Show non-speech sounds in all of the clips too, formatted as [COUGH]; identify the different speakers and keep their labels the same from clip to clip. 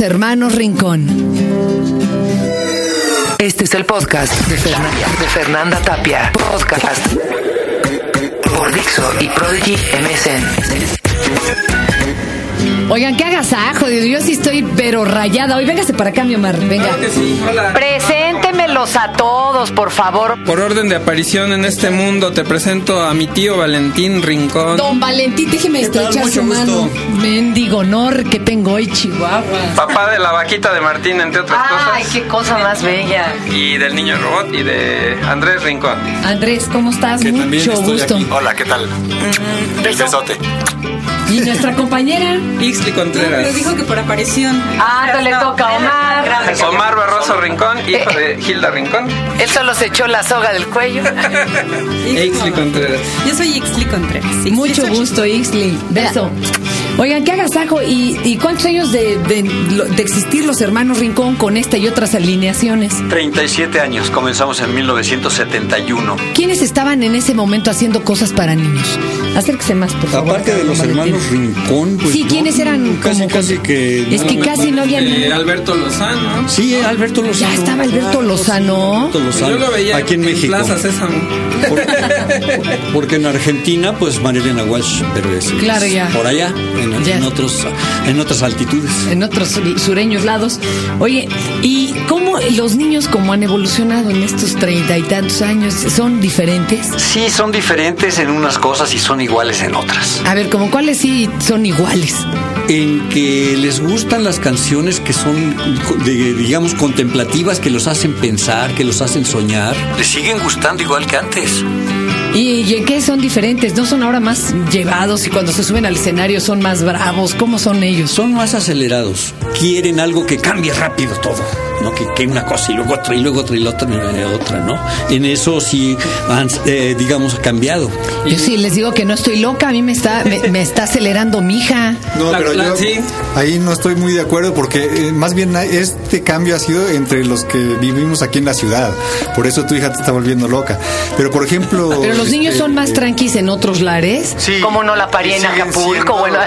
Speaker 1: hermanos Rincón.
Speaker 2: Este es el podcast de Fernanda, de Fernanda Tapia. Podcast por Dixo y Prodigy MSN.
Speaker 1: Oigan, qué agasajo, Dios, yo sí estoy pero rayada. Hoy véngase para acá, mi Omar, venga.
Speaker 2: Preséntemelos a todos, por favor.
Speaker 3: Por orden de aparición en este mundo, te presento a mi tío Valentín Rincón.
Speaker 1: Don Valentín, déjeme
Speaker 3: tal?
Speaker 1: estrechar
Speaker 3: Mucho
Speaker 1: su mano. Mendigo honor que tengo hoy, Chihuahua.
Speaker 3: Papá de la vaquita de Martín, entre otras
Speaker 2: Ay,
Speaker 3: cosas.
Speaker 2: qué cosa más bella.
Speaker 3: Y del niño robot y de Andrés Rincón.
Speaker 1: Andrés, ¿cómo estás?
Speaker 4: Que también
Speaker 1: Mucho
Speaker 4: estoy
Speaker 1: gusto.
Speaker 4: aquí. Hola, ¿qué tal? El besote.
Speaker 1: Y nuestra compañera,
Speaker 3: Ixli
Speaker 5: Pero
Speaker 3: Contreras.
Speaker 5: dijo que por aparición.
Speaker 2: Ah, no le toca a Omar.
Speaker 3: Omar Barroso Rincón, hijo de Gilda Rincón.
Speaker 2: Él solo se echó la soga del cuello.
Speaker 5: Hijo,
Speaker 3: Ixli
Speaker 5: mamá.
Speaker 3: Contreras.
Speaker 5: Yo soy Ixli Contreras. Ixli
Speaker 1: mucho
Speaker 5: soy-
Speaker 1: gusto, Ixli. Beso. Oigan, qué agasajo. ¿Y, y cuántos años de, de- de existir los hermanos Rincón con esta y otras alineaciones?
Speaker 6: 37 años, comenzamos en 1971.
Speaker 1: ¿Quiénes estaban en ese momento haciendo cosas para niños? Acérquese más, por favor.
Speaker 4: Aparte de
Speaker 1: don
Speaker 4: los
Speaker 1: Valentín.
Speaker 4: hermanos Rincón, pues.
Speaker 1: Sí,
Speaker 4: no,
Speaker 1: ¿quiénes eran
Speaker 4: Casi,
Speaker 1: como-
Speaker 4: casi que.
Speaker 1: Es que
Speaker 4: no,
Speaker 1: casi no había
Speaker 3: De
Speaker 1: nada.
Speaker 3: Eh, Alberto Lozano.
Speaker 4: Sí, eh, Alberto Lozano.
Speaker 1: Ya estaba Alberto Lozano.
Speaker 4: Alberto Lozano.
Speaker 3: Pues Yo lo veía ¿eh?
Speaker 4: Aquí en, México.
Speaker 3: Plaza Sésamo.
Speaker 4: Por- porque en Argentina, pues Marilena Walsh, pero es.
Speaker 1: Claro,
Speaker 4: es
Speaker 1: ya.
Speaker 4: Por allá, en,
Speaker 1: Ya.
Speaker 4: en otros, en otras altitudes.
Speaker 1: En otros sur- sureños lados. Oye, ¿y cómo los niños como han evolucionado en estos treinta y tantos años? ¿Son diferentes?
Speaker 6: Sí, son diferentes en unas cosas y son iguales en otras.
Speaker 1: A ver, como cuáles sí son iguales.
Speaker 4: En que les gustan las canciones que son, de- digamos, contemplativas, que los hacen pensar, que los hacen soñar.
Speaker 6: Les siguen gustando igual que antes.
Speaker 1: ¿Y, y en qué son diferentes? ¿No son ahora más llevados y cuando se suben al escenario son más bravos? ¿Cómo son ellos?
Speaker 4: Son más acelerados, quieren algo que cambie rápido todo, ¿no? Que, que una cosa y luego otra y luego otra y luego otra, y luego otra, ¿no? En eso sí han, eh, digamos, cambiado.
Speaker 1: Yo sí les digo que no estoy loca, a mí me está, me, me está acelerando mi hija.
Speaker 7: No,
Speaker 3: La-
Speaker 7: pero
Speaker 3: la-
Speaker 7: yo
Speaker 3: sí.
Speaker 7: ahí no estoy muy de acuerdo porque eh, más bien este cambio ha sido entre los que vivimos aquí en la ciudad. Por eso tu hija te está volviendo loca. Pero por ejemplo...
Speaker 1: [LAUGHS] Pero los niños
Speaker 7: este,
Speaker 1: son más
Speaker 7: eh,
Speaker 1: tranquis en otros lares.
Speaker 7: Sí.
Speaker 2: Como no la parí
Speaker 7: Y
Speaker 2: en
Speaker 7: siguen
Speaker 2: Acapulco,
Speaker 7: siendo-
Speaker 2: bueno.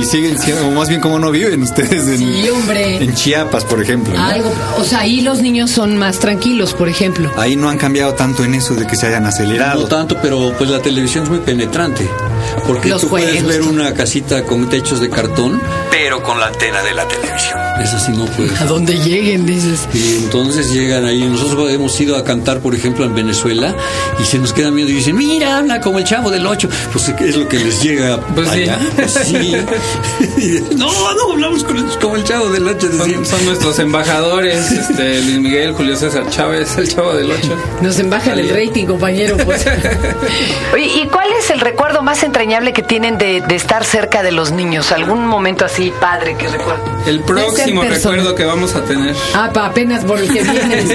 Speaker 7: Y siguen siendo, o más bien como no viven ustedes en,
Speaker 1: Sí, hombre.
Speaker 7: en Chiapas, por ejemplo. ¿no?
Speaker 1: Algo, o sea, ahí los niños son más tranquilos, por ejemplo.
Speaker 7: Ahí no han cambiado tanto en eso de que se hayan acelerado.
Speaker 4: No tanto, pero pues la televisión es muy penetrante. Porque
Speaker 1: Los
Speaker 4: tú puedes
Speaker 1: juegos.
Speaker 4: ver una casita con techos de cartón,
Speaker 6: Pero con la antena de la televisión.
Speaker 4: esa sí no puedes.
Speaker 1: A donde lleguen, dices.
Speaker 4: Y entonces llegan ahí. Nosotros hemos ido a cantar, por ejemplo, en Venezuela y se nos quedan viendo y dicen: Mira, habla como el chavo del 8. Pues es lo que les llega
Speaker 3: Pues sí.
Speaker 4: allá. Pues, [LAUGHS] sí. [LAUGHS] Y, no, no hablamos con el- como el chavo del 8.
Speaker 3: Son, son nuestros embajadores, este, Luis Miguel, Julio César Chávez, el chavo del ocho.
Speaker 1: Nos embajan el rating, compañero.
Speaker 3: [LAUGHS]
Speaker 1: Pues.
Speaker 2: [LAUGHS] Oye, ¿y cuál es el recuerdo más entrañable que tienen de, de estar cerca de los niños? ¿Algún momento así padre que recuerden?
Speaker 3: El próximo
Speaker 1: persona.
Speaker 3: recuerdo que vamos a tener.
Speaker 1: Ah, pa, apenas por el que
Speaker 3: [LAUGHS]
Speaker 1: vienen.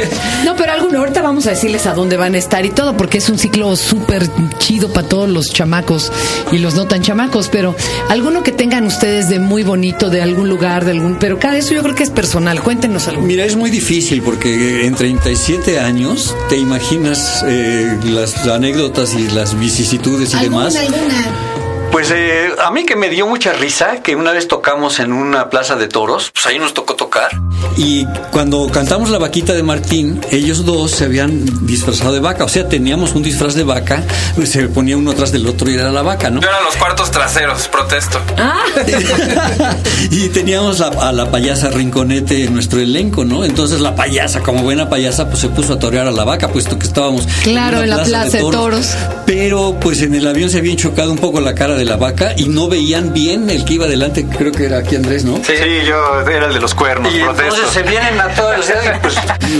Speaker 1: No, pero alguno, ahorita vamos a decirles a dónde van a estar y todo, porque es un ciclo súper chido para todos los chamacos y los no tan chamacos, pero alguno que tengan ustedes de muy bonito, de algún lugar, de algún... Pero cada eso yo creo que es personal, cuéntenos algo.
Speaker 4: Mira, es muy difícil porque en 37 años te imaginas eh, las anécdotas y las vicisitudes y demás.
Speaker 6: Pues eh, a mí que me dio mucha risa que una vez tocamos en una plaza de toros, pues ahí nos tocó tocar.
Speaker 4: Y cuando cantamos La Vaquita de Martín, ellos dos se habían disfrazado de vaca. O sea, teníamos un disfraz de vaca, pues, se ponía uno atrás del otro y era la vaca, ¿no?
Speaker 3: Yo era los cuartos traseros, protesto.
Speaker 4: [LAUGHS] y teníamos a, a la payasa Rinconete en nuestro elenco, ¿no? Entonces la payasa, como buena payasa, pues se puso a torear a la vaca, puesto que estábamos
Speaker 1: Claro,
Speaker 4: una
Speaker 1: en la plaza de toros.
Speaker 4: Pero pues en el avión se habían chocado un poco la cara de la vaca y no veían bien el que iba adelante, creo que era aquí Andrés, ¿no?
Speaker 6: Sí, yo era el de los cuernos,
Speaker 4: Y
Speaker 6: Entonces se vienen a todos, o sea, pues,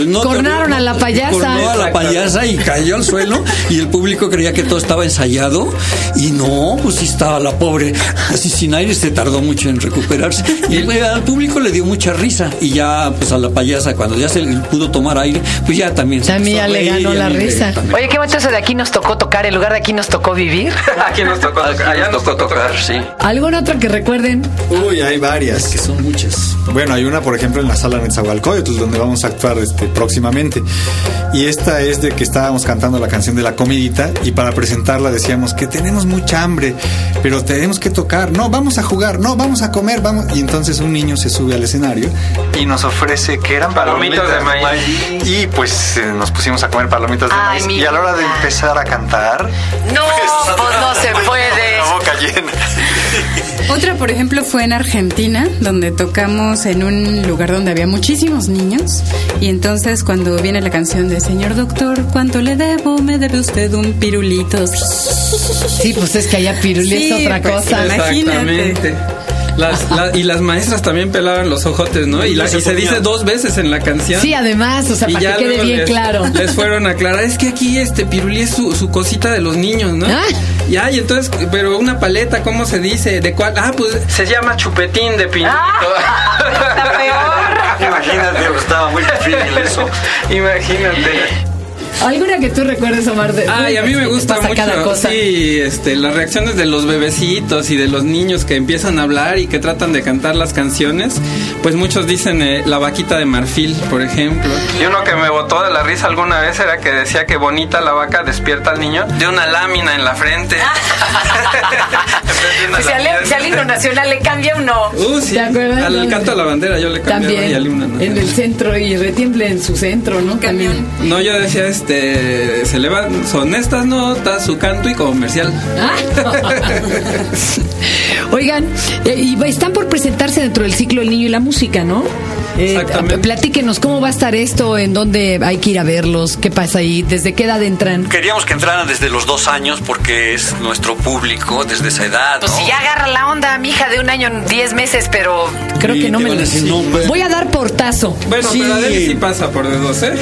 Speaker 4: No,
Speaker 1: Cornaron a la payasa.
Speaker 4: Cornó a la payasa y cayó al suelo y el público creía que todo estaba ensayado y no, pues sí estaba la pobre así sin aire, se tardó mucho en recuperarse y eh, al público le dio mucha risa y ya pues a la payasa cuando ya se le pudo tomar aire, pues ya también se
Speaker 1: También
Speaker 4: empezó
Speaker 1: ya
Speaker 4: a
Speaker 1: le
Speaker 4: reír
Speaker 1: ganó
Speaker 4: y a
Speaker 1: la
Speaker 4: mí me-
Speaker 1: risa.
Speaker 2: Oye, qué bonito eso de aquí nos tocó tocar, el lugar de aquí nos tocó [LAUGHS] vivir.
Speaker 3: Aquí nos tocó tocar.
Speaker 6: allá
Speaker 3: Allá
Speaker 6: nos tocó tocar, sí.
Speaker 1: ¿Alguna otra que recuerden?
Speaker 7: Uy, hay
Speaker 4: que
Speaker 7: varias.
Speaker 4: son muchas.
Speaker 7: Bueno, hay una, por ejemplo, en la la sala Netzahualcóyotl, donde vamos a actuar este, próximamente. Y esta es de que estábamos cantando la canción de la comidita y para presentarla decíamos que tenemos mucha hambre, pero tenemos que tocar. No, vamos a jugar, no, vamos a comer, vamos. Y entonces un niño se sube al escenario y nos ofrece que eran palomitas,
Speaker 3: Palomitas de maíz.
Speaker 7: Y pues eh, nos pusimos a comer palomitas de
Speaker 8: Ay,
Speaker 7: maíz.
Speaker 8: mi
Speaker 7: Y a la hora de
Speaker 8: vida.
Speaker 7: empezar a cantar,
Speaker 8: No, pues no se puede.
Speaker 7: la boca llena.
Speaker 5: Otra, por ejemplo, fue en Argentina, donde tocamos en un lugar donde había muchísimos niños. Y entonces, cuando viene la canción de Señor Doctor, ¿cuánto le debo? Me debe usted un pirulito.
Speaker 1: Sí, pues es que allá pirulí
Speaker 5: Sí,
Speaker 1: es otra
Speaker 5: pues,
Speaker 1: cosa.
Speaker 5: imagínate.
Speaker 3: Exactamente. Las, la- y las maestras también pelaban los ojotes, ¿no? Y, la- y se dice dos veces en la canción.
Speaker 1: Sí, además, o sea,
Speaker 3: Y
Speaker 1: para que quede
Speaker 3: luego
Speaker 1: bien
Speaker 3: les,
Speaker 1: claro.
Speaker 3: Les fueron a aclarar, es que aquí este pirulí es su, su cosita de los niños, ¿no?
Speaker 1: Ah.
Speaker 3: Y ay, entonces, pero una paleta, ¿cómo se dice? ¿De cuál? Ah, pues se llama chupetín de pirulí.
Speaker 1: Ah,
Speaker 3: [LAUGHS]
Speaker 6: Imagínate, pues, estaba muy difícil eso.
Speaker 3: [LAUGHS] Imagínate.
Speaker 1: ¿Alguna que tú recuerdes, Omar? De...
Speaker 3: Ay, a mí me
Speaker 1: Te
Speaker 3: gusta
Speaker 1: pasa
Speaker 3: mucho.
Speaker 1: cada cosa.
Speaker 3: Sí, este, las reacciones de los bebecitos y de los niños que empiezan a hablar y que tratan de cantar las canciones. Pues muchos dicen eh, La vaquita de marfil, por ejemplo. Y uno que me botó de la risa alguna vez era que decía que bonita la vaca despierta al niño de una lámina en la
Speaker 1: [LAUGHS]
Speaker 3: frente.
Speaker 8: Pues si al, si al himno nacional le cambia uno.
Speaker 3: Uh, sí.
Speaker 1: ¿Te acuerdas?
Speaker 3: Al canto a la bandera yo le cambiaba y al himno
Speaker 1: También en
Speaker 3: nacional.
Speaker 1: el centro y retiemble en su centro, ¿no? También.
Speaker 3: No, yo decía, este, se elevan, son estas notas, su canto y comercial.
Speaker 1: ¿ah? [LAUGHS] Oigan, eh, y va- están por presentarse dentro del ciclo El Niño y la Música, ¿no? Eh,
Speaker 3: Exactamente.
Speaker 1: platíquenos cómo va a estar esto, en dónde hay que ir a verlos, qué pasa ahí, desde qué edad entran.
Speaker 6: Queríamos que entraran desde los dos años porque es nuestro público desde esa edad.
Speaker 8: Pues
Speaker 6: ¿no?
Speaker 8: si ya agarra la onda, mi hija de un año, diez meses, pero
Speaker 1: Creo
Speaker 4: Y
Speaker 1: que no
Speaker 4: te
Speaker 1: me
Speaker 4: van
Speaker 1: lo
Speaker 4: a decir, no,
Speaker 3: pues".
Speaker 4: hombre.
Speaker 1: Voy a dar portazo.
Speaker 3: Bueno,
Speaker 4: Sí.
Speaker 3: pero Adele sí pasa por de dos, ¿eh?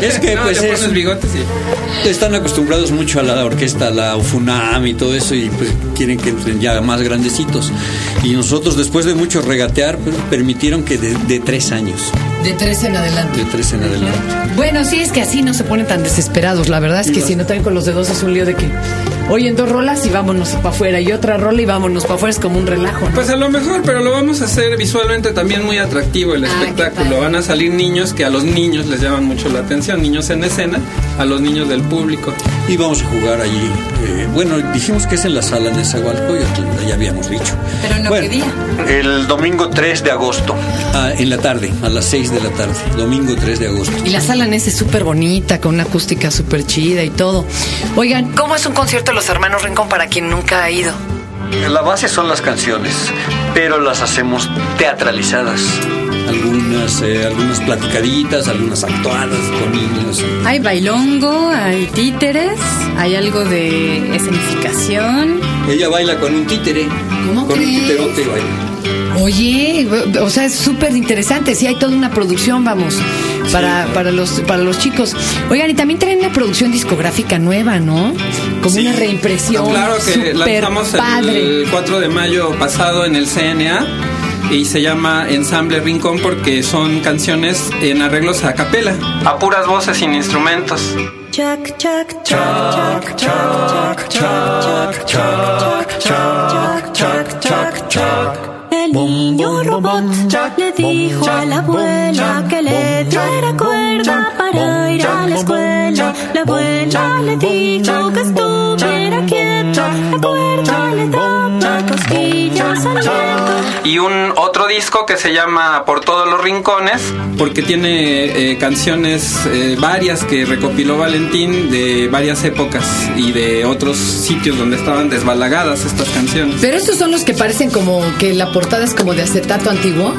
Speaker 4: Es que,
Speaker 3: [LAUGHS] No,
Speaker 4: pues,
Speaker 3: te
Speaker 4: es-
Speaker 3: pones bigotes y...
Speaker 4: Están acostumbrados mucho a la orquesta, a la UFUNAM y todo eso, y pues quieren que entren ya más grandecitos. Y nosotros, después de mucho regatear, pues, permitieron que de, de tres años,
Speaker 1: De tres en adelante.
Speaker 4: de tres en adelante.
Speaker 1: Bueno, sí, es que así no se ponen tan desesperados. La verdad es que si no traen con los dedos es un lío de que oyen dos rolas y vámonos para afuera y otra rola y vámonos para afuera. Es como un relajo. ¿no?
Speaker 3: Pues a lo mejor, pero lo vamos a hacer visualmente también muy atractivo el
Speaker 1: Ah, qué
Speaker 3: espectáculo.
Speaker 1: padre.
Speaker 3: Van a salir niños que a los niños les llaman mucho la atención, niños en escena, a los niños del público.
Speaker 4: Y vamos a jugar allí. eh, bueno, dijimos que es en la sala de Zagualcoyotl, ya habíamos dicho.
Speaker 5: Pero no
Speaker 4: Bueno,
Speaker 5: quería.
Speaker 6: El domingo 3 de agosto.
Speaker 4: ah, en la tarde, a las seis de la tarde, domingo 3 de agosto.
Speaker 1: Y la sala Ness es súper bonita, con una acústica súper chida y todo. Oigan,
Speaker 8: ¿cómo es un concierto de los hermanos Rincón para quien nunca ha ido?
Speaker 6: La base son las canciones, pero las hacemos teatralizadas.
Speaker 4: Algunas, eh, algunas platicaditas, algunas actuadas con niños.
Speaker 5: Hay bailongo, hay títeres, hay algo de escenificación.
Speaker 4: Ella baila con un títere.
Speaker 1: ¿Cómo
Speaker 4: Con
Speaker 1: crees?
Speaker 4: un titerote baila.
Speaker 1: oye, o sea, es súper interesante. Sí, hay toda una producción, vamos, para, para, los, para los chicos. Oigan, y también traen una producción discográfica nueva, ¿no? Como una reimpresión.
Speaker 3: claro que
Speaker 1: oh, súper
Speaker 3: lanzamos
Speaker 1: padre.
Speaker 3: el 4 de mayo pasado en el CNA y se llama Ensamble Rincón porque son canciones en arreglos a capela. A puras voces sin instrumentos.
Speaker 9: Chuck, chuck, chuck, chuck, chuck, chuck, chuck, chuck, chuck, chuck, chuck, chuck, chuck. El niño robot le dijo a la abuela que le traerá cuerda para ir a la escuela. La abuela le dijo que estuviera quieta. La cuerda le daba cosquillas al nieto.
Speaker 3: y un otro disco que se llama Por todos los rincones porque tiene eh, canciones eh, varias que recopiló Valentín de varias épocas y de otros sitios donde estaban desbalagadas estas canciones.
Speaker 1: Pero estos son los que parecen como que la portada es como de acetato antiguo.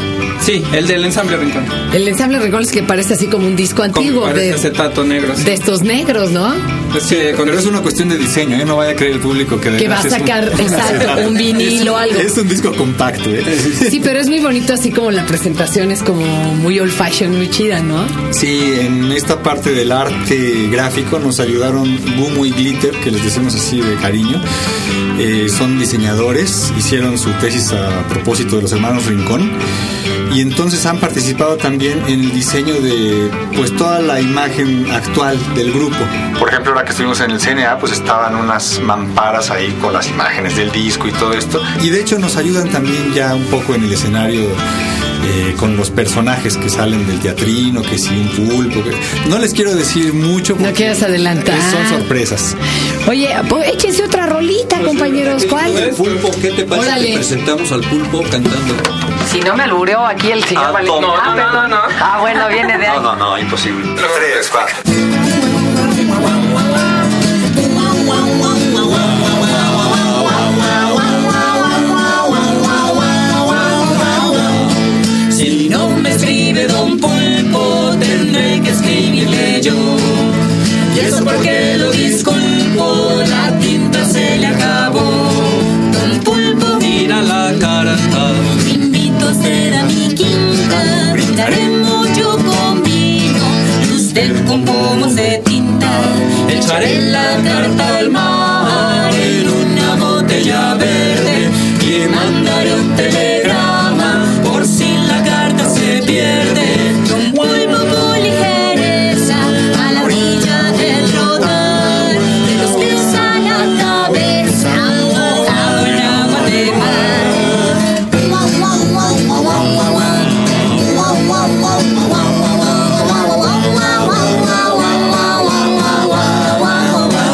Speaker 3: Sí, el del ensamble Rincón.
Speaker 1: El ensamble Rigol es que parece así como un disco
Speaker 3: Con
Speaker 1: antiguo
Speaker 3: parece
Speaker 1: de,
Speaker 3: acetato negro. sí. Pues
Speaker 1: de estos negros, ¿no?
Speaker 3: Es que con-
Speaker 7: Pero es una cuestión de diseño, ¿eh? no vaya a creer el público que... de
Speaker 1: Que va a
Speaker 7: veras es un-
Speaker 1: sacar,
Speaker 7: [LAUGHS]
Speaker 1: exacto, un vinilo o algo.
Speaker 7: Es un disco compacto, ¿eh?
Speaker 1: Sí, pero es muy bonito así como la presentación es como muy old fashion, muy chida, ¿no?
Speaker 7: Sí, en esta parte del arte gráfico nos ayudaron Gumo y Glitter, que les decimos así de cariño. Eh, son diseñadores, hicieron su tesis a propósito de los hermanos Rincón. Y entonces han participado también en el diseño de pues toda la imagen actual del grupo. Por ejemplo, ahora que estuvimos en el CNA, pues estaban unas mamparas ahí con las imágenes del disco y todo esto. Y de hecho nos ayudan también ya un poco en el escenario eh, con los personajes que salen del teatrino, que si un pulpo. que- No les quiero decir mucho. porque
Speaker 1: quieras adelantar.
Speaker 7: Son sorpresas.
Speaker 1: Oye, pues, échense otra rolita, compañeros. ¿Cuál?
Speaker 4: El pulpo, ¿qué te parece?
Speaker 1: Órale.
Speaker 4: Te presentamos al pulpo cantando.
Speaker 8: Si no me albureó aquí el señor
Speaker 6: Ah,
Speaker 8: Valentín.
Speaker 6: toma.
Speaker 8: Ah,
Speaker 3: No, no, no, no.
Speaker 8: Ah, bueno, viene de ahí.
Speaker 6: No, no, no, imposible. Tres, cuatro.
Speaker 9: Si no me escribe Don Pulpo, tendré que escribirle yo. Y eso porque lo disculpo, la tinta se le acabó. Don Pulpo, mira la carta. Te invito a ser a mi quinta. Brindaré mucho con vino. Y usted con pomos de tinta. Echaré la carta al mar en una botella verde. Le mandaré un telegrama por si la carta se pierde. Don Pulpo con ligereza a la orilla del rodar. De los pies a la cabeza, mojado en agua de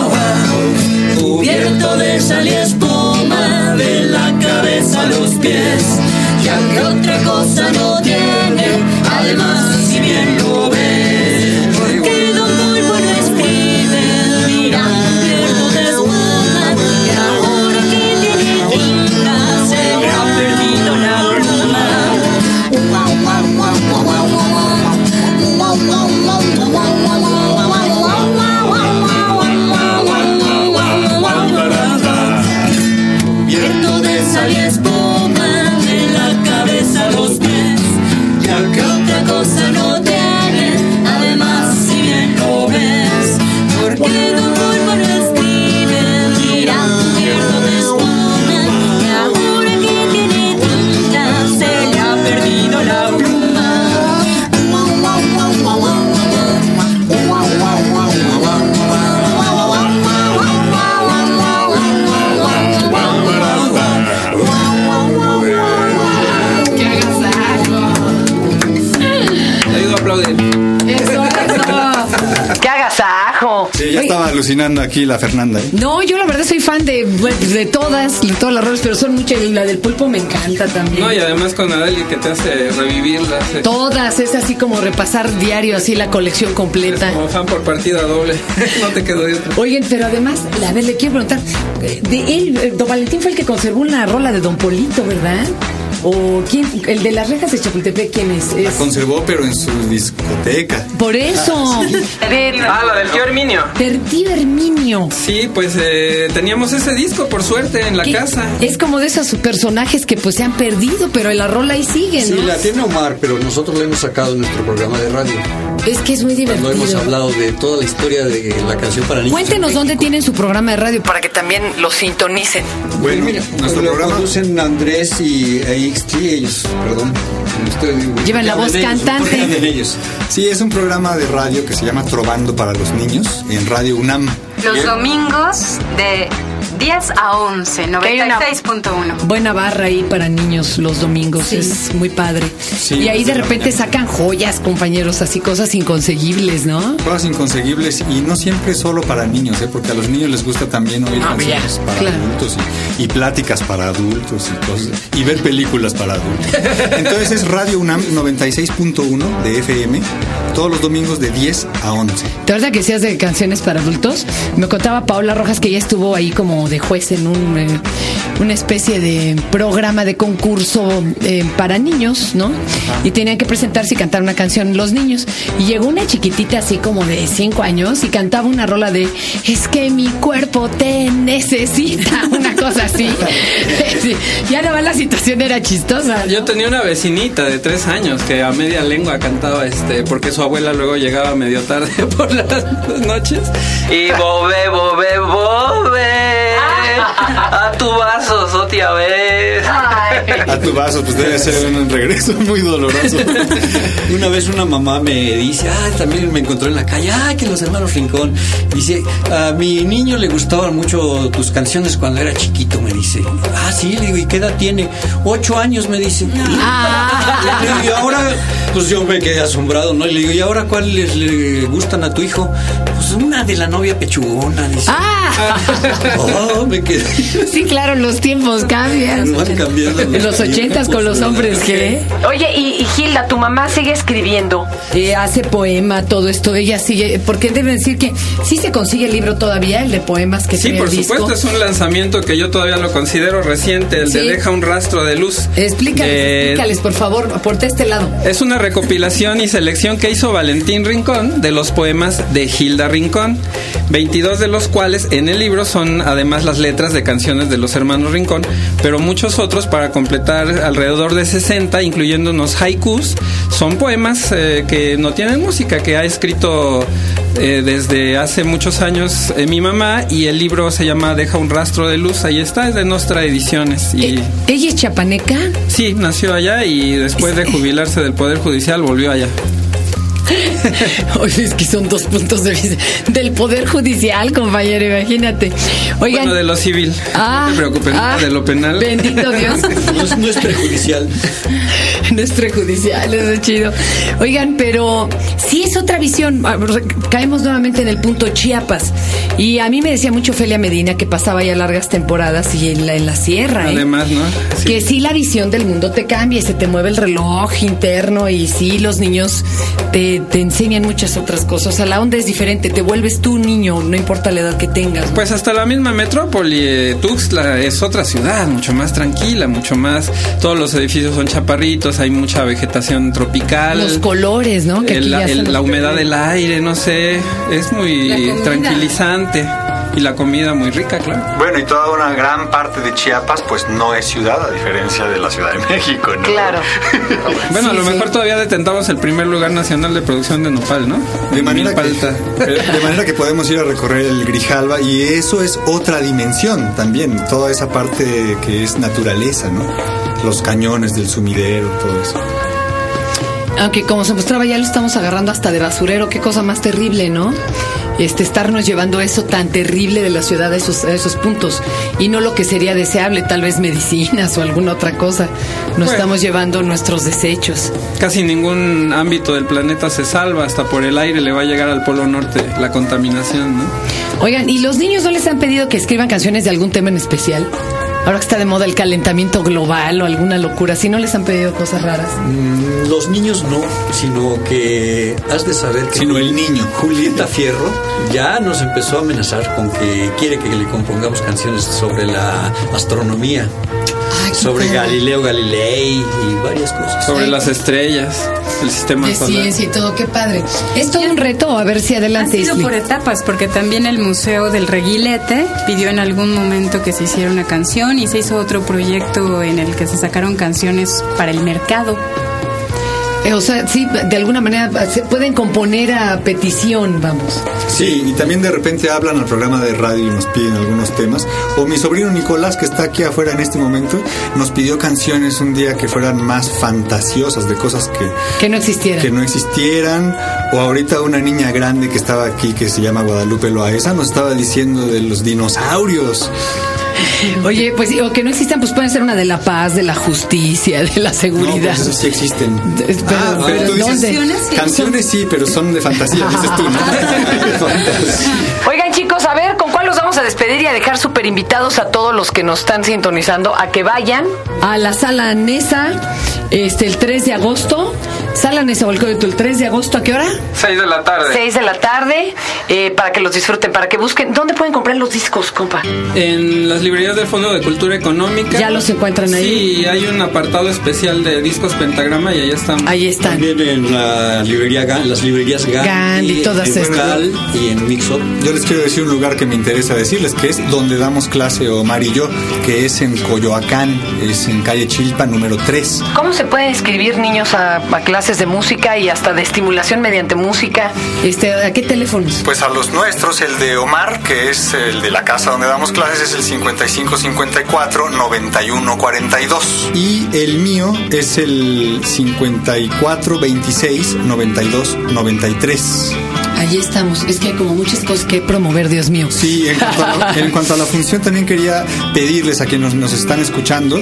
Speaker 9: mar. Cubierto de sal y espuma, de la cabeza a los pies, ya que otra cosa no tiene, alma si bien lo ves. Porque Don Pulpo no escribe, mira, pierdo de espuma, y ahora que tiene tinta, se le ha perdido la pluma. Viento de sal y espuma de la cabeza a los pies. Ya que otra cosa no tiene, además si bien lo ves. Porque no voy por escribe, mira, viento de espuma. Y ahora que tiene tinta, se le ha perdido la
Speaker 3: Te digo aplaudir.
Speaker 1: Eso, eso.
Speaker 8: ¡Qué agasajo!
Speaker 7: Sí, ya estaba alucinando aquí la Fernanda. ¿eh?
Speaker 1: No, yo la verdad soy fan de, bueno, de todas, de todas las rolas, pero son muchas. Y la del pulpo me encanta también.
Speaker 3: No, y además con Adeli que te hace este, revivirla. hace-
Speaker 1: Todas, es así como repasar diario, así la colección completa.
Speaker 3: Como fan por partida doble. [LAUGHS] no te quedó de otra.
Speaker 1: Oigan, pero además, a ver, le quiero preguntar, eh, de él, eh, Don Valentín fue el que conservó una rola de Don Polito, ¿verdad? ¿O quién? El de las rejas de Chapultepec, ¿quién es?
Speaker 7: La
Speaker 1: Es-
Speaker 7: conservó, pero en su discoteca.
Speaker 1: Por eso,
Speaker 3: Ah, la del tío Herminio.
Speaker 1: del tío Herminio.
Speaker 3: Sí, pues eh, teníamos ese disco, por suerte, en la
Speaker 1: Que
Speaker 3: casa.
Speaker 1: Es como de esos personajes que pues se han perdido, pero en la rola ahí siguen,
Speaker 4: Sí,
Speaker 1: ¿no?
Speaker 4: la tiene Omar, pero nosotros la hemos sacado en nuestro programa de radio.
Speaker 1: Es que es muy
Speaker 4: Cuando
Speaker 1: divertido.
Speaker 4: hemos hablado de toda la historia de la canción para niños.
Speaker 1: Cuéntenos dónde tienen su programa de radio.
Speaker 8: Para que también lo sintonicen.
Speaker 4: Bueno,
Speaker 7: Mira,
Speaker 4: nuestro
Speaker 7: nuestro
Speaker 4: lo
Speaker 7: programa-
Speaker 4: producen Andrés y e XT, ellos, perdón. Ustedes-
Speaker 1: Llevan la
Speaker 4: hablen
Speaker 1: voz
Speaker 4: ellos,
Speaker 1: cantante.
Speaker 4: hablen ellos.
Speaker 7: Sí, es un programa de radio que se llama Trovando para los Niños en Radio UNAM.
Speaker 5: Los domingos de 10 a 11,
Speaker 8: hay una-
Speaker 5: 96.1.
Speaker 1: Buena barra ahí para niños los domingos, es muy padre. y ahí de repente sacan joyas, compañeros, así cosas inconseguibles, ¿no?
Speaker 7: Cosas inconseguibles y no siempre solo para niños, ¿eh? porque a los niños les gusta también oír
Speaker 1: Ah,
Speaker 7: canciones
Speaker 1: mira,
Speaker 7: para
Speaker 1: claro.
Speaker 7: adultos y, y pláticas para adultos y cosas y ver películas para adultos. Entonces es Radio UNAM 96.1 de FM todos los domingos de 10 a 11.
Speaker 1: De verdad que seas de canciones para adultos. Me contaba Paola Rojas que ella estuvo ahí como de juez en un, eh, una especie de programa de concurso eh, para niños, ¿no? Y tenían que presentarse y cantar una canción los niños. Y llegó una chiquitita así como de cinco años y cantaba una rola de Es que mi cuerpo te necesita, [LAUGHS] una cosa así. Sí. Ya nada más la situación era chistosa. ¿no?
Speaker 3: Yo tenía una vecinita de tres años que a media lengua cantaba este, porque su abuela luego llegaba medio tarde [LAUGHS] por las noches. Y bobe, bobe, bobe. A tu vaso, sotia vez.
Speaker 8: Ay,
Speaker 7: A a tu vaso, pues debe ser un regreso muy doloroso.
Speaker 4: [LAUGHS] Una vez una mamá me dice, ah, también me encontró en la calle, ah, que los hermanos Rincón. Dice, a mi niño le gustaban mucho tus canciones cuando era chiquito, me dice. Ah, sí, le digo, ¿y qué edad tiene? Ocho años, me dice. [LAUGHS] Le digo, y ahora, pues yo me quedé asombrado, ¿no? Y le digo, ¿y ahora cuáles le gustan a tu hijo? Pues una de la novia pechugona, dice.
Speaker 1: Ah,
Speaker 4: [LAUGHS] Oh, me quedé. [LAUGHS]
Speaker 1: sí, claro, los tiempos cambian.
Speaker 4: Van cambiando
Speaker 1: En los ochentas con los hombres que
Speaker 8: Oye, y, y Gilda, tu mamá sigue escribiendo.
Speaker 1: eh, hace poema, todo esto, ella sigue, porque deben decir que sí se consigue el libro todavía, el de poemas que
Speaker 3: Sí,
Speaker 1: tiene
Speaker 3: por
Speaker 1: el disco.
Speaker 3: supuesto, es un lanzamiento que yo todavía lo considero reciente, el de
Speaker 1: Sí.
Speaker 3: Deja un rastro de luz.
Speaker 1: Explícales,
Speaker 3: Eh,
Speaker 1: explícales, por favor, por este lado.
Speaker 3: Es una recopilación y selección que hizo Valentín Rincón de los poemas de Gilda Rincón, 22 de los cuales en el libro son además las letras de canciones de los hermanos Rincón, pero muchos otros para completar alrededor de 60, incluyendo unos haikus, son poemas eh, que no tienen música, que ha escrito eh, desde hace muchos años eh, mi mamá y el libro se llama Deja un rastro de luz, ahí está, es de Nostra Ediciones. Y...
Speaker 1: Eh, ¿Ella es
Speaker 3: [LAUGHS]
Speaker 1: chapaneca?
Speaker 3: Sí, nació allá y después de jubilarse del Poder Judicial volvió allá.
Speaker 1: Oye, es que son dos puntos de vista. Del Poder Judicial, compañero, imagínate. Oigan.
Speaker 3: Bueno, de lo civil.
Speaker 1: Ah,
Speaker 3: no te preocupes,
Speaker 1: ah,
Speaker 3: de lo penal. [LAUGHS]
Speaker 1: Bendito Dios.
Speaker 4: No es- no es prejudicial.
Speaker 1: [LAUGHS] No es prejudicial, eso es chido. Oigan, pero sí es otra visión. Ah, re- Caemos nuevamente en el punto Chiapas. Y a mí me decía mucho Felia Medina que pasaba ya largas temporadas y en la, en la sierra. ¿eh?
Speaker 3: Además, ¿no? Sí.
Speaker 1: Que sí la visión del mundo te cambia y se te mueve el reloj interno y sí los niños te, te enseñan muchas otras cosas. O sea, la onda es diferente, te vuelves tú un niño, no importa la edad que tengas. ¿no?
Speaker 3: Pues hasta la misma metrópoli, eh, Tuxtla es otra ciudad, mucho más tranquila, mucho más. Todos los edificios son chaparritos, hay mucha vegetación tropical.
Speaker 1: los colores, ¿no? Que
Speaker 3: el-
Speaker 1: aquí ya se
Speaker 3: el-
Speaker 1: nos
Speaker 3: la humedad
Speaker 1: pierden.
Speaker 3: del aire, no sé, es muy tranquilizante. Y la comida muy rica, claro.
Speaker 6: Bueno, y toda una gran parte de Chiapas, pues no es ciudad, a diferencia de la Ciudad de México, ¿no?
Speaker 8: Claro.
Speaker 3: [LAUGHS] Bueno, a
Speaker 1: Sí,
Speaker 3: lo
Speaker 1: sí.
Speaker 3: mejor todavía detentamos el primer lugar nacional de producción de nopal, ¿no?
Speaker 7: De manera,
Speaker 3: Milpalta.
Speaker 7: que, [LAUGHS]
Speaker 1: [LAUGHS]
Speaker 7: de manera que podemos ir a recorrer el Grijalva y eso es otra dimensión también, toda esa parte que es naturaleza, ¿no? Los cañones del sumidero, todo eso.
Speaker 1: Aunque Ah, como se mostraba ya lo estamos agarrando hasta de basurero, qué cosa más terrible, ¿no? Este, estarnos llevando eso tan terrible de la ciudad a esos, a esos puntos y no lo que sería deseable, tal vez medicinas [LAUGHS] o alguna otra cosa. Nos
Speaker 3: Bueno.
Speaker 1: estamos llevando nuestros desechos.
Speaker 3: Casi ningún ámbito del planeta se salva, hasta por el aire le va a llegar al Polo Norte la contaminación, ¿no?
Speaker 1: Oigan, ¿y los niños no les han pedido que escriban canciones de algún tema en especial? Ahora que está de moda el calentamiento global o alguna locura, si no les han pedido cosas raras.
Speaker 4: Mm, Los niños no, sino que has de saber que.
Speaker 7: Sino el niño.
Speaker 4: Julieta Fierro ya nos empezó a amenazar con que quiere que le compongamos canciones sobre la astronomía, sobre Galileo Galilei y varias cosas.
Speaker 3: Sobre las estrellas, el sistema
Speaker 10: De
Speaker 3: solar.
Speaker 10: ciencia y todo, qué padre.
Speaker 1: Es todo un reto, a ver si
Speaker 5: Ha
Speaker 1: adelante.
Speaker 5: sido
Speaker 1: Isli.
Speaker 5: por etapas, porque también el Museo del Reguilete pidió en algún momento que se hiciera una canción y se hizo otro proyecto en el que se sacaron canciones para el mercado.
Speaker 1: Eh, O sea, sí, de alguna manera se pueden componer a petición, vamos.
Speaker 7: Sí, y también de repente hablan al programa de radio y nos piden algunos temas. O mi sobrino Nicolás, que está aquí afuera en este momento, nos pidió canciones un día que fueran más fantasiosas, de cosas que,
Speaker 1: Que no existiera.
Speaker 7: que no existieran. O ahorita una niña grande que estaba aquí, que se llama Guadalupe Loaesa, nos estaba diciendo de los dinosaurios.
Speaker 1: Oye, pues sí, o que no existan, pues pueden ser una de la paz, de la justicia, de la
Speaker 7: No,
Speaker 1: seguridad.
Speaker 7: pues esos sí existen.
Speaker 1: Es- pero-
Speaker 7: Ah,
Speaker 1: pero
Speaker 7: tú dices,
Speaker 1: ¿dónde?
Speaker 5: Canciones sí.
Speaker 7: Canciones sí, pero son de
Speaker 1: [LAUGHS]
Speaker 7: fantasía, dices tú, ¿no?
Speaker 8: Oigan, chicos, a ver, ¿con cuál los vamos a despedir y a dejar súper invitados a todos los que nos están sintonizando a que vayan?
Speaker 1: A la sala Nesa, este, el 3 de agosto. Sala Nesa Volcódito, el 3 de agosto, ¿a qué hora?
Speaker 3: 6 de la tarde.
Speaker 8: 6 de la tarde, eh, para que los disfruten, para que busquen. ¿Dónde pueden comprar los discos, compa?
Speaker 3: En las librerías del Fondo de Cultura Económica.
Speaker 1: Ya los encuentran ahí.
Speaker 3: Sí, hay un apartado especial de discos pentagrama y ahí están.
Speaker 1: Ahí están.
Speaker 4: También en la librería Ga- las librerías Gandhi,
Speaker 1: Gandhi, todas
Speaker 4: en
Speaker 1: estas.
Speaker 4: Cal y en Mixup.
Speaker 7: Yo les quiero decir un lugar que me interesa decirles, que es donde damos clase Omar y yo, que es en Coyoacán, es en calle Chilpa número 3.
Speaker 8: ¿Cómo se puede escribir niños a, a clases clases de música y hasta de estimulación mediante música.
Speaker 1: Este, ¿A qué teléfonos?
Speaker 7: Pues a los nuestros, el de Omar, que es el de la casa donde damos clases, es el 55 54 91 42. Y el mío es el 54 26 92 93.
Speaker 1: Allí estamos. Es que hay como muchas cosas que promover, Dios mío.
Speaker 7: Sí, en cuanto, a la,
Speaker 1: [LAUGHS]
Speaker 7: en cuanto a la función también quería pedirles a quienes nos, nos están escuchando,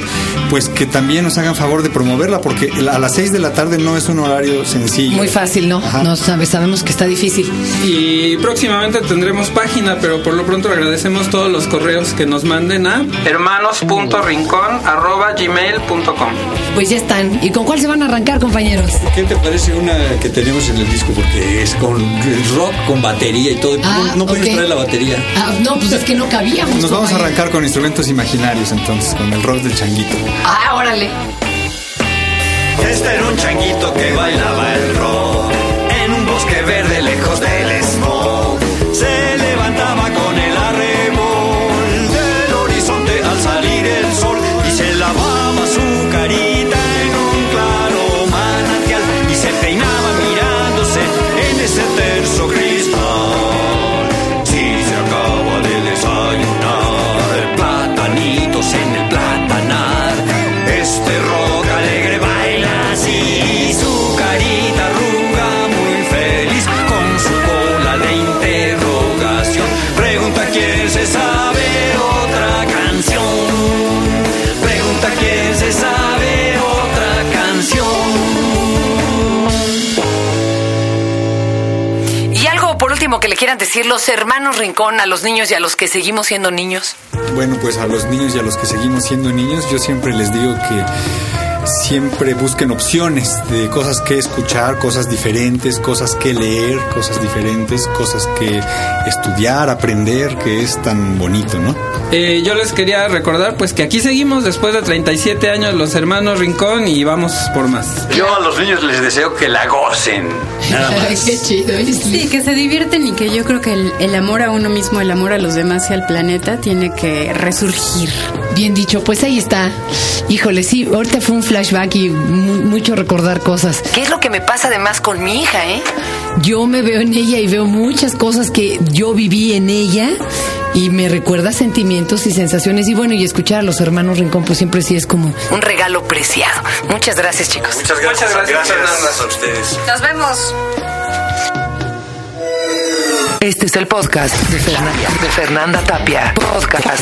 Speaker 7: pues que también nos hagan favor de promoverla, porque a las 6 de la tarde no es un horario sencillo.
Speaker 1: Muy fácil, ¿no?
Speaker 7: Ajá.
Speaker 1: No sabe- sabemos que está difícil.
Speaker 3: Y próximamente tendremos página, pero por lo pronto agradecemos todos los correos que nos manden a hermanos.rincón.gmail.com
Speaker 1: Pues ya están. ¿Y con cuál se van a arrancar, compañeros?
Speaker 11: ¿Qué te parece una que tenemos en el disco? Porque es con rock, con batería y todo.
Speaker 1: Ah,
Speaker 11: no no puedes
Speaker 1: ok.
Speaker 11: traer la batería.
Speaker 1: Ah, no, pues es que no cabíamos.
Speaker 7: Nos vamos a
Speaker 1: compañeros.
Speaker 7: arrancar con instrumentos imaginarios entonces, con el rock del changuito.
Speaker 8: Ah, órale.
Speaker 4: Este era un changuito que bailaba el rock en un bosque verde lejos del smog. Se levantaba con el arrebol del horizonte al salir el sol y se lavaba su carita en un claro manantial y se peinaba mirándose en ese terzo cristal. Si se acaba de desayunar, platanitos en el platanar. Este rock alegre baila así, su carita arruga muy feliz con su cola de interrogación. Pregunta quién se sabe otra canción. Pregunta quién se sabe otra canción.
Speaker 8: Y algo por último que le quieran decir los hermanos Rincón a los niños y a los que seguimos siendo niños.
Speaker 7: Bueno, pues a los niños y a los que seguimos siendo niños, yo siempre les digo que siempre busquen opciones de cosas que escuchar, cosas diferentes, cosas que leer, cosas diferentes, cosas que estudiar, aprender, que es tan bonito, ¿no?
Speaker 3: Eh, yo les quería recordar pues que aquí seguimos después de 37 años los hermanos Rincón y vamos por más.
Speaker 6: Yo a los niños les deseo que la gocen.
Speaker 1: Ay, qué chido. ¿eh?
Speaker 5: Sí, que se divierten y que yo creo que el, el amor a uno mismo, el amor a los demás y al planeta tiene que resurgir.
Speaker 1: Bien dicho, pues ahí está. Híjole, sí, ahorita fue un flashback y mu- mucho recordar cosas.
Speaker 8: ¿Qué es lo que me pasa además con mi hija, eh?
Speaker 1: Yo me veo en ella y veo muchas cosas que yo viví en ella y me recuerda sentimientos y sensaciones. Y bueno, y escuchar a los hermanos Rincón, pues siempre sí es como
Speaker 8: Un regalo preciado. Muchas gracias, chicos.
Speaker 4: Muchas
Speaker 3: gracias. Gracias.
Speaker 4: a ustedes.
Speaker 8: Nos vemos.
Speaker 12: Este es el podcast de Fernanda, de Fernanda Tapia. Podcast